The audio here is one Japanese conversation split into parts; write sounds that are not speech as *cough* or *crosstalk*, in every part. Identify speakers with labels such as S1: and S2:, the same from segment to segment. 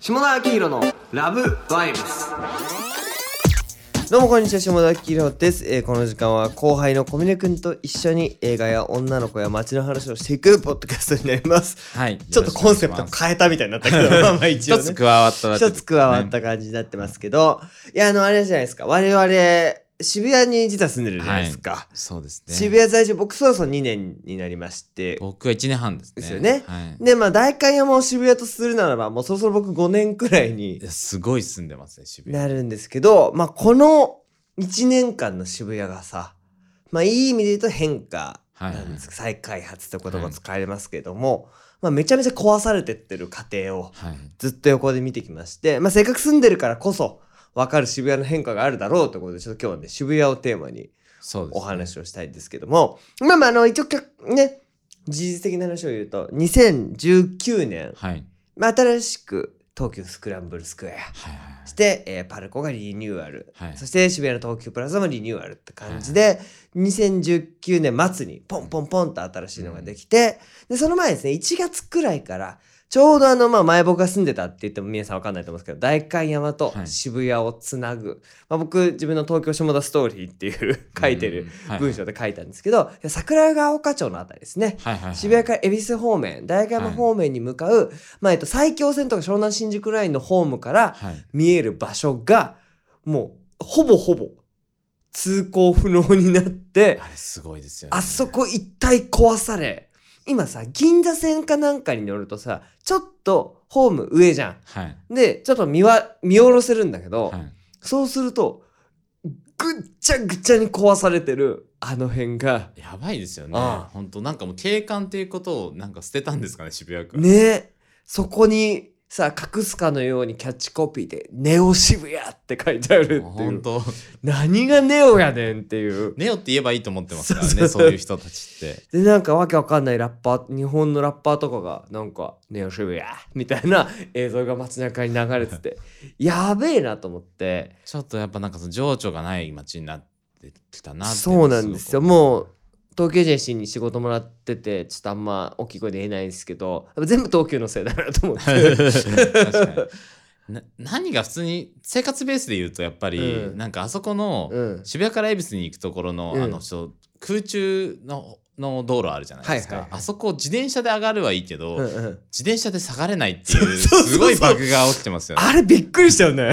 S1: 下田明宏のラブバイブス
S2: どうもこんにちは、下田明宏です、えーこの時間は後輩の小峰くんと一緒に映画や女の子や街の話をしていくポッドキャストになります。
S3: はい
S2: ちょっとコンセプト変えたみたいになったけ
S3: *laughs*
S2: ど、まあまあ一応、
S3: 一
S2: ね。
S3: つ加わっただけ
S2: 一つ加わった感じになってますけど、いや、あの、あれじゃないですか。我々、渋谷に実は住んでるじゃないですか。
S3: そうですね
S2: 渋谷在住、僕そろそろ2年になりまして。
S3: 僕は1年半ですね
S2: ですよね
S3: はい
S2: で、まあ、代官山を渋谷とするならば、もうそろそろ僕5年くらいに
S3: いやすごい住んでますね渋谷
S2: なるんですけど、まあ、この1年間の渋谷がさ、まあ、いい意味で言うと変化なんです、再開発って言葉使えますけれども、まあ、めちゃめちゃ壊されてってる過程を
S3: はい
S2: ずっと横で見てきまして、まあ、せっかく住んでるからこそ分かる渋谷の変化があるだろうということでちょっと今日はね渋谷をテーマに
S3: そうです
S2: お話をしたいんですけども、まあまああの一応きゃね事実的な話を言うと2019年、
S3: はいはい
S2: まあ、新しく東急スクランブルスクエア
S3: はいはい
S2: して、えーパルコがリニューアル、
S3: はい
S2: そして渋谷の東急プラザもリニューアルって感じで、2019年末にポンポンポンと新しいのができて、でその前ですね1月くらいからちょうどあの、まあ、前僕が住んでたって言っても皆さんわかんないと思うんですけど代官山と
S3: はい
S2: 渋谷をつなぐ、まあ、僕自分の東京下田ストーリーっていう書いて
S3: う
S2: る
S3: んはい
S2: 文章で書いたんですけど、いや桜川岡町のあたりですね、
S3: はいはいはい
S2: 渋谷から恵比寿方面代官山方面に向かう、まあえっと、埼京線とか湘南新宿ラインのホームから
S3: はい
S2: 見える場所がもうほぼほぼ通行不能になって
S3: あれすごいですよね
S2: あそこ一体壊され今さ銀座線かなんかに乗るとさちょっとホーム上じゃ
S3: はい
S2: ん。でちょっと見わ見下ろせるんだけど、
S3: はい
S2: そうするとぐっちゃぐちゃに壊されてるあの辺が
S3: やばいですよね
S2: ああ
S3: 本当なんかもう景観っていうことをなんか捨てたんですかね渋谷区は
S2: ねえそこにさ隠すかのようにキャッチコピーで「ネオ渋谷」って書いてあるっていう
S3: 本当
S2: 何がネオやねんっていう。
S3: ネオって言えばいいと思ってますからね
S2: そう
S3: そ
S2: そうう
S3: いう人たちって
S2: でなんかわけわかんないラッパー日本のラッパーとかがなんか「ネオ渋谷」みたいな映像が街中に流れてて *laughs* やべえなと思って
S3: ちょっとやっぱなんかその情緒がない街になってきたなってい
S2: そうなんですよ
S3: のすごく
S2: もう東急ジェンシーに仕事もらっててちょっとあんま大きい声で言えないんですけどやっぱ全部東急のせいだなと *laughs* 思って。
S3: 確かにな何が普通に生活ベースで言うとやっぱり、
S2: うん
S3: なんかあそこの、
S2: うん
S3: 渋谷から恵比寿に行くところの,、
S2: うん
S3: あのそう空中のの道路あるじゃないですか、
S2: はいはいはい
S3: あそこ自転車で上がるはいいけど、
S2: うんう
S3: 自
S2: ん
S3: 転車で下がれないっていう
S2: *laughs* そうそうそう
S3: すごいバグが起きてますよね。
S2: あれびっくりしたよ *laughs* ね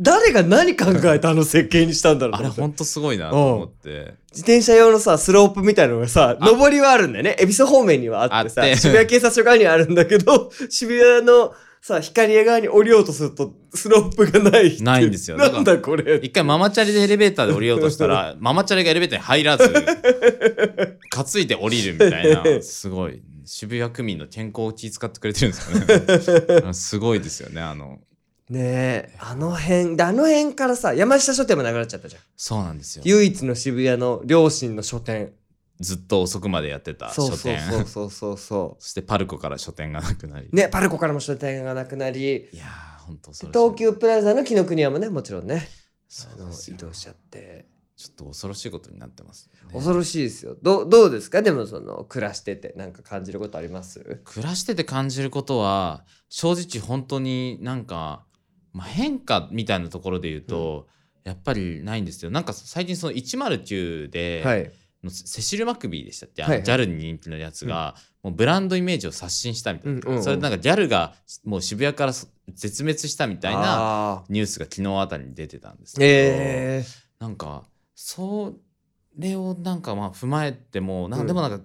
S2: 誰が何考えてあの設計にしたんだろう
S3: あ
S2: と
S3: れ
S2: 思って
S3: ほんとすごいなと思
S2: *laughs*
S3: って
S2: 自転車用のさスロープみたいなのがさ
S3: あ
S2: 上りはあるんだよね恵比寿方面にはあってさ
S3: あって
S2: 渋谷警察署側にはあるんだけど *laughs* 渋谷のさ光栄側に降りようとするとスロープがないってう
S3: ないんですよ
S2: なんだこれ
S3: 一回ママチャリでエレベーターで降りようとした
S2: *laughs*
S3: らママチャリがエレベーターに入らず担いで降りるみたいなすごい渋谷区民の健康を気遣ってくれてるんですか
S2: *laughs*
S3: ねすごいですよねあの
S2: ねえあの辺であの辺からさ山下書店もなくなっちゃったじゃん
S3: そうなんですよ
S2: 唯一の渋谷の両親の書店
S3: ずっと遅くまでやってた書
S2: そうそう
S3: 店
S2: そうそうそうそ
S3: そしてパルコから書店がなくなり。
S2: うねパルコからも書店がなくなり
S3: いやー、本当それ。
S2: 東急プラザの紀ノ国屋もねもちろんね
S3: そう
S2: あ
S3: なん
S2: の
S3: です
S2: 移
S3: よ
S2: 動しちゃって
S3: ちょっと恐ろしいことになってます、ね。
S2: 恐ろしいですよどうどうですかでもその暮らしててなんか感じることあります
S3: 暮らしてて感じることは、正直本当になんか、まあ、変化みたいなところで言うと、やっぱりないんですよ。なんか最近その109で、
S2: はい
S3: のセシル・マクビーでしたっけ、
S2: はい
S3: あのギャルに人気のやつが、もうブランドイメージを刷新したみたい
S2: うん
S3: な。
S2: うんうん
S3: それなんかギャルがもう渋谷からそ絶滅したみたいな
S2: あ
S3: ニュースが昨日あたりに出てたんです
S2: ーえ
S3: なんかそれをなんかまあ踏まえてもなん
S2: うん
S3: でもなんか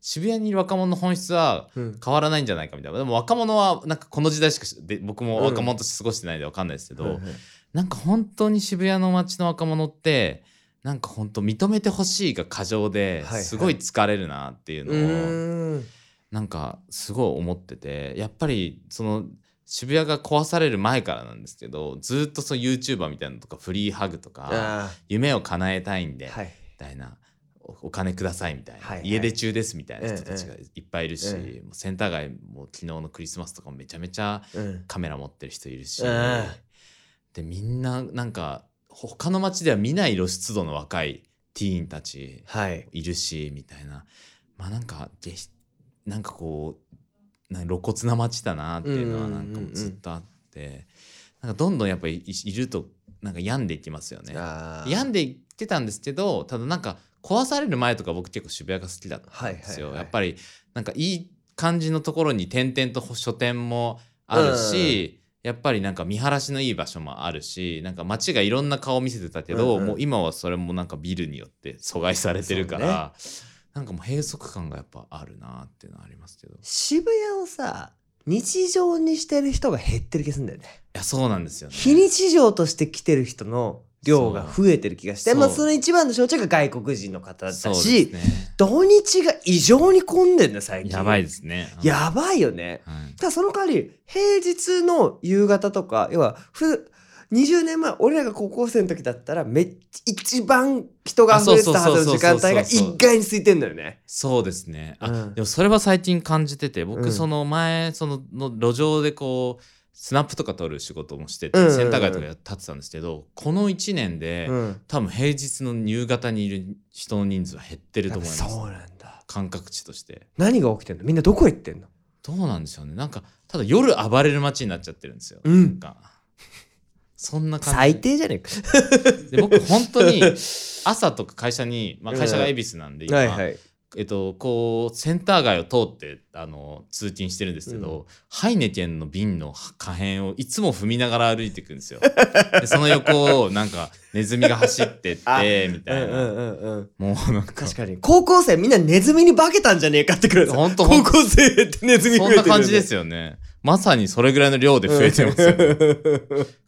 S3: 渋谷にいる若者の本質は
S2: ーうん
S3: 変わらないんじゃないかみたいなでも若者はなんかこの時代しかしで僕も
S2: うん
S3: 若者として過ごしてないんでわかんないですけど、
S2: はいはい
S3: なんか本当に渋谷の街の若者ってなんか本当認めてほしいが過剰で
S2: はいはい
S3: すごい疲れるなっていう
S2: う
S3: のを、
S2: ーん
S3: なんかすごい思っててやっぱりその渋谷が壊される前からなんですけどずっとその YouTuber みたいなのとかフリーハグとか
S2: あ
S3: 夢を叶えたいんで
S2: ーはい
S3: みたいなおお金くださいみたいな、
S2: はいはい
S3: 家出中ですみたいな
S2: ええ
S3: 人たちがいっぱいいるし、
S2: え
S3: もうセンター街も昨日のクリスマスとかもめちゃめちゃ
S2: うん
S3: カメラ持ってる人いるし、
S2: ええ
S3: でみんななんか他の街では見ない露出度の若いティーンたち
S2: はい
S3: いるしみたいなまあなんかげなんかこうなん露骨な街だなっていうのは
S2: うん
S3: な
S2: うんうんうん
S3: んかもうずっとあって。てなんかどんどんやっぱりいいるとなんか病んでいきますよね。
S2: あー
S3: 病んでいってたんですけどただなんか壊される前とか僕結構渋谷が好きだったんですよ、
S2: はいはいはい
S3: やっぱりなんかいい感じのところに点々と書店もあるし、やっぱりなんか見晴らしのいい場所もあるしなんか街がいろんな顔を見せてたけど、
S2: うんうん
S3: もう今はそれもなんかビルによって阻害されてるから、なんかもう閉塞感がやっぱあるなっていうのはありますけどい
S2: 渋谷をさ日常にしてる人が減ってる気がするんだよね
S3: やそうなんですよね。
S2: 非日常として来てる人の量が増えてる気がして
S3: そう
S2: まあその一番の象徴が外国人の方だった
S3: そう
S2: し、
S3: ですね
S2: 土日が異常に混んでんだよ最近
S3: やばい
S2: で
S3: ですね。
S2: やばいよね
S3: はい
S2: ただその代わり平日の夕方とか要はふ20年前俺らが高校生の時だったらめっ一番人が溢れてたはずの時間帯が
S3: あそうそうそうそうそうそう
S2: 一概に空いてんだよね。
S3: そうですね。あ、
S2: うん
S3: でもそれは最近感じてて、
S2: う
S3: 僕
S2: ん
S3: その前、そのの路上でこう、スナップとか撮る仕事もしてて、
S2: うんうんうん
S3: センター街とかや立ってたんですけど、この1年で、
S2: うん
S3: 多分平日の夕方にいる人の人数は減ってると思います。
S2: そうなんだ。
S3: 感覚値として。
S2: 何が起きてんのみんなどこ行ってんの
S3: どうなんでしょうね。なんか、ただ夜暴れる街になっちゃってるんですよ。
S2: う
S3: なん
S2: ん。
S3: かそんな感じ。
S2: 最低じゃねえか。
S3: で僕本当に朝とか会社に、まあ、会社が恵比寿なんで
S2: *laughs*
S3: 今、
S2: はいはい。
S3: えっと、こうセンター街を通ってあの通勤してるんですけど、ハイネケンの瓶の可変をいつも踏みながら歩いていくん
S2: *laughs*
S3: ですよ。でその横をなんかネズミが走ってっ
S2: *laughs* あ
S3: てみ
S2: う
S3: た
S2: ん
S3: いな、
S2: うんうんうん。
S3: もうなんか
S2: 確かに。高校生みんなネズミに化けたんじゃねえかってくらい。
S3: ほんとほ
S2: 高
S3: んと
S2: 校生ってネズミ増
S3: そ
S2: えてるよ
S3: んな
S2: ね
S3: 感じですよね。まさにそれぐらいの量で増えてますよね。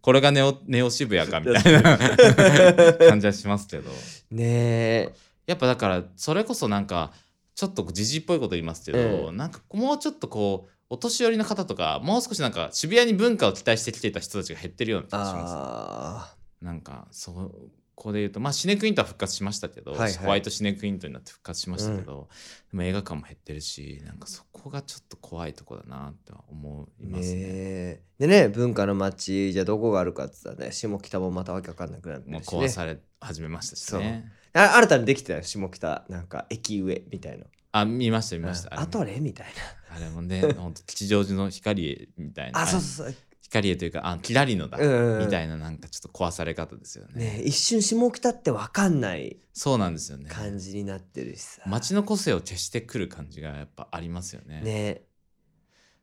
S3: これがネオネオ渋谷かみたいな *laughs* 感じはしますけど。
S2: *laughs* ねえ。
S3: やっぱだからそれこそなんかちょっとじじいっぽいこと言いますけど、
S2: え
S3: なんかもうちょっとこうお年寄りの方とかもう少しなんか渋谷に文化を期待してきていた人たちが減ってるような気がしま
S2: あ
S3: すなんかそこで言うとまあシネクイントは復活しましたけど、
S2: はいはい
S3: ホワイトシネクイントになって復活しましたけど、でも映画館も減ってるしなんかそこがちょっと怖いとこだなっては思い
S2: ー
S3: ますね。
S2: ねえでね文化の街じゃどこがあるかって言ったらね下北もまたわけわかんなくなって
S3: もう
S2: るし、
S3: 壊
S2: ね、
S3: され始めましたしね。
S2: あ新たにできてたよ下北なんか駅上みたいな
S3: あ見ました見ました。
S2: うんあとれみたい
S3: あれもね本当吉祥寺の光みたい
S2: なあ
S3: な
S2: そうそうそう
S3: 光栄というかあキラリのだ、
S2: うんうんうん
S3: みたいななんかちょっと壊され方ですよね
S2: ねえ一瞬下北ってわかんない
S3: そうなんですよね
S2: 感じになってるしさ
S3: 街の個性を消してくる感じがやっぱありますよね
S2: ねえっ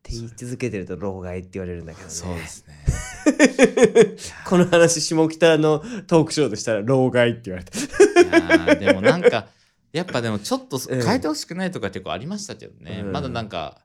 S2: て言い続けてると老害って言われるんだけどね
S3: そうですね
S2: *laughs* この話下北のトークショーでしたら老害って言われた
S3: いやーでもなんかやっぱでもちょっと
S2: うん
S3: 変えてほしくないとか結構ありましたけどね、
S2: うん
S3: まだなんか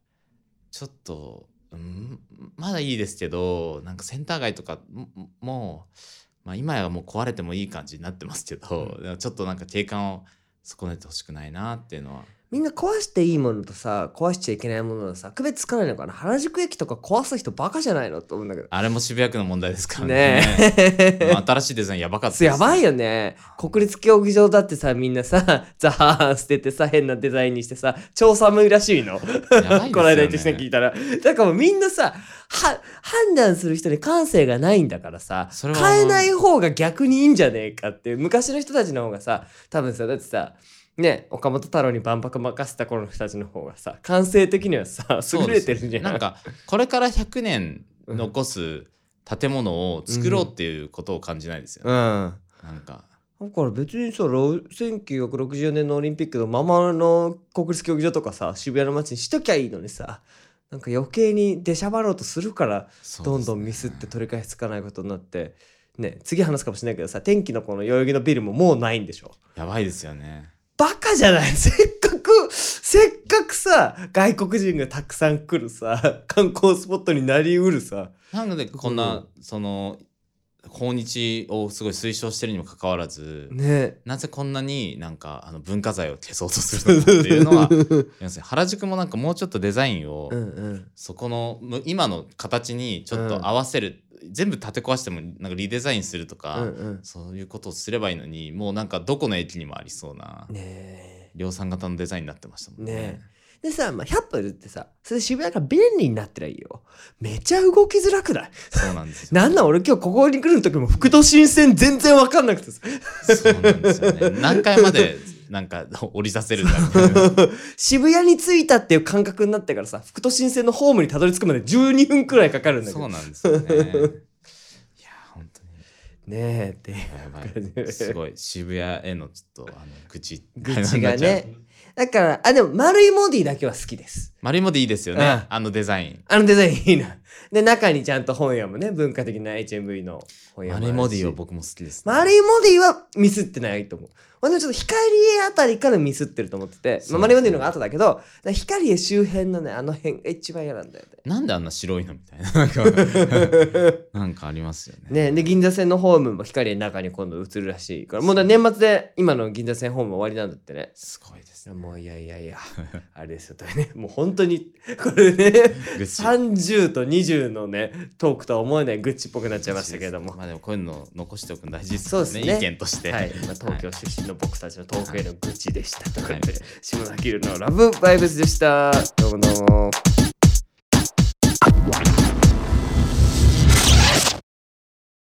S3: ちょっと、うん、まだいいですけどなんかセンター街とかももう、まあ、今やもう壊れてもいい感じになってますけど、ちょっとなんか景観を損ねてほしくないなっていうのは
S2: みんな壊していいものとさ壊しちゃいけないもののさ区別つかないのかな原宿駅とか壊す人バカじゃないのと思うんだけど
S3: あれも渋谷区の問題ですからね。
S2: ねえ
S3: もう新しいデザインやばかったです、
S2: やばいよね国立競技場だってさみんなさザハーン捨ててさ変なデザインにしてさ超寒いらしいの
S3: やばいですよね
S2: この間一緒に聞いたらだからもうみんなさは判断する人に感性がないんだからさ
S3: それは思う
S2: 変えない方が逆にいいんじゃねえかっていう昔の人たちの方がさ多分さだってさね、岡本太郎に万博任せた頃の人たちの方がさ感性的にはさ
S3: そう
S2: 優
S3: で
S2: れ
S3: すね
S2: てるんじゃない
S3: なんか、これから100年残す建物を作ろうっていうことを感じないですよね。
S2: うん
S3: なんか、
S2: だから別にさろ1964年のオリンピックのままの国立競技場とかさ渋谷の街にしときゃいいのにさなんか余計に出しゃばろうとするから
S3: そうです
S2: ど
S3: ね
S2: んどんミスって取り返しつかないことになってね次話すかもしれないけどさ天気のこの代々木のビルももうないんでしょ
S3: やばいですよね。
S2: バカじゃない *laughs* せっかくせっかくさ外国人がたくさん来るさ観光スポットになりうるさ
S3: なので、こんな、その、訪日をすごい推奨してるにもかかわらず、
S2: ね
S3: なぜこんなになんかあの文化財を消そうとするのかってい
S2: *laughs*
S3: うのは要するに原宿もなんかもうちょっとデザインを、
S2: うんうん
S3: そこのむ今の形にちょっ
S2: うん
S3: と合わせる、全部立て壊してもなんかリデザインすると
S2: う
S3: か、
S2: んうん
S3: そういうことをすればいいのにもうなんかどこの駅にもありそうな
S2: ねえ
S3: 量産型のデザインになってましたもんね。
S2: ねでさ、まあ、100歩譲ってさ、それ渋谷が便利になってりゃいいよ。めちゃ動きづらくない
S3: そうなんですよ。
S2: なんなん俺今日ここに来る時も副都心線全然わかんなくてさ。 *laughs*
S3: そうなんですよね。何階までなんか降りさせるんだみたいな
S2: 渋谷に着いたっていう感覚になってからさ、副都心線のホームにたどり着くまで12分くらいかかるんだけ
S3: そ
S2: ど。
S3: う
S2: ね
S3: なんです
S2: *laughs*
S3: よねいや本当に
S2: えって。
S3: やばいすごい渋谷へのちょっとあの愚痴
S2: 愚痴が
S3: なっち *laughs* ゃう
S2: ね。だから、あ、でも丸いモディだけは好きです。
S3: 丸いもでいいですよね、
S2: うん
S3: あのデザイン
S2: あのデザインいいな。で、中にちゃんと本屋もね、文化的な HMV の本屋もある
S3: 丸
S2: し。
S3: いモディを僕も好きです、
S2: マリー・モディはミスってないと思う。まあ、でもちょっと光栄あたりからミスってると思ってて、まあ、マリー・モディの方が後だけど、だから光栄周辺のね、あの辺が一番嫌なんだよ
S3: *laughs* なんであんな白いのみたい
S2: *laughs*
S3: ななんかなんかありますよね
S2: ね。ねで、銀座線のホームも光栄の中に今度映るらしいから、もうだから年末で今の銀座線ホーム終わりなんだってね。
S3: すごい
S2: い
S3: ですね
S2: やもういやいやい *laughs* や、あれですよ、とね。もう本当に、これね、 *laughs*
S3: 愚痴
S2: 30と20のね、トークとは思えないグッチっぽくなっちゃいましたけれども。
S3: まあでもこういうの残しておくの大事です
S2: そう
S3: よ
S2: です
S3: ね
S2: ね
S3: 意見として
S2: はい、まあ東京出身の僕たちの東京への愚痴でしたということ
S3: は
S2: で
S3: い
S2: 下田キルのラブバイブスでしたどうもどうも。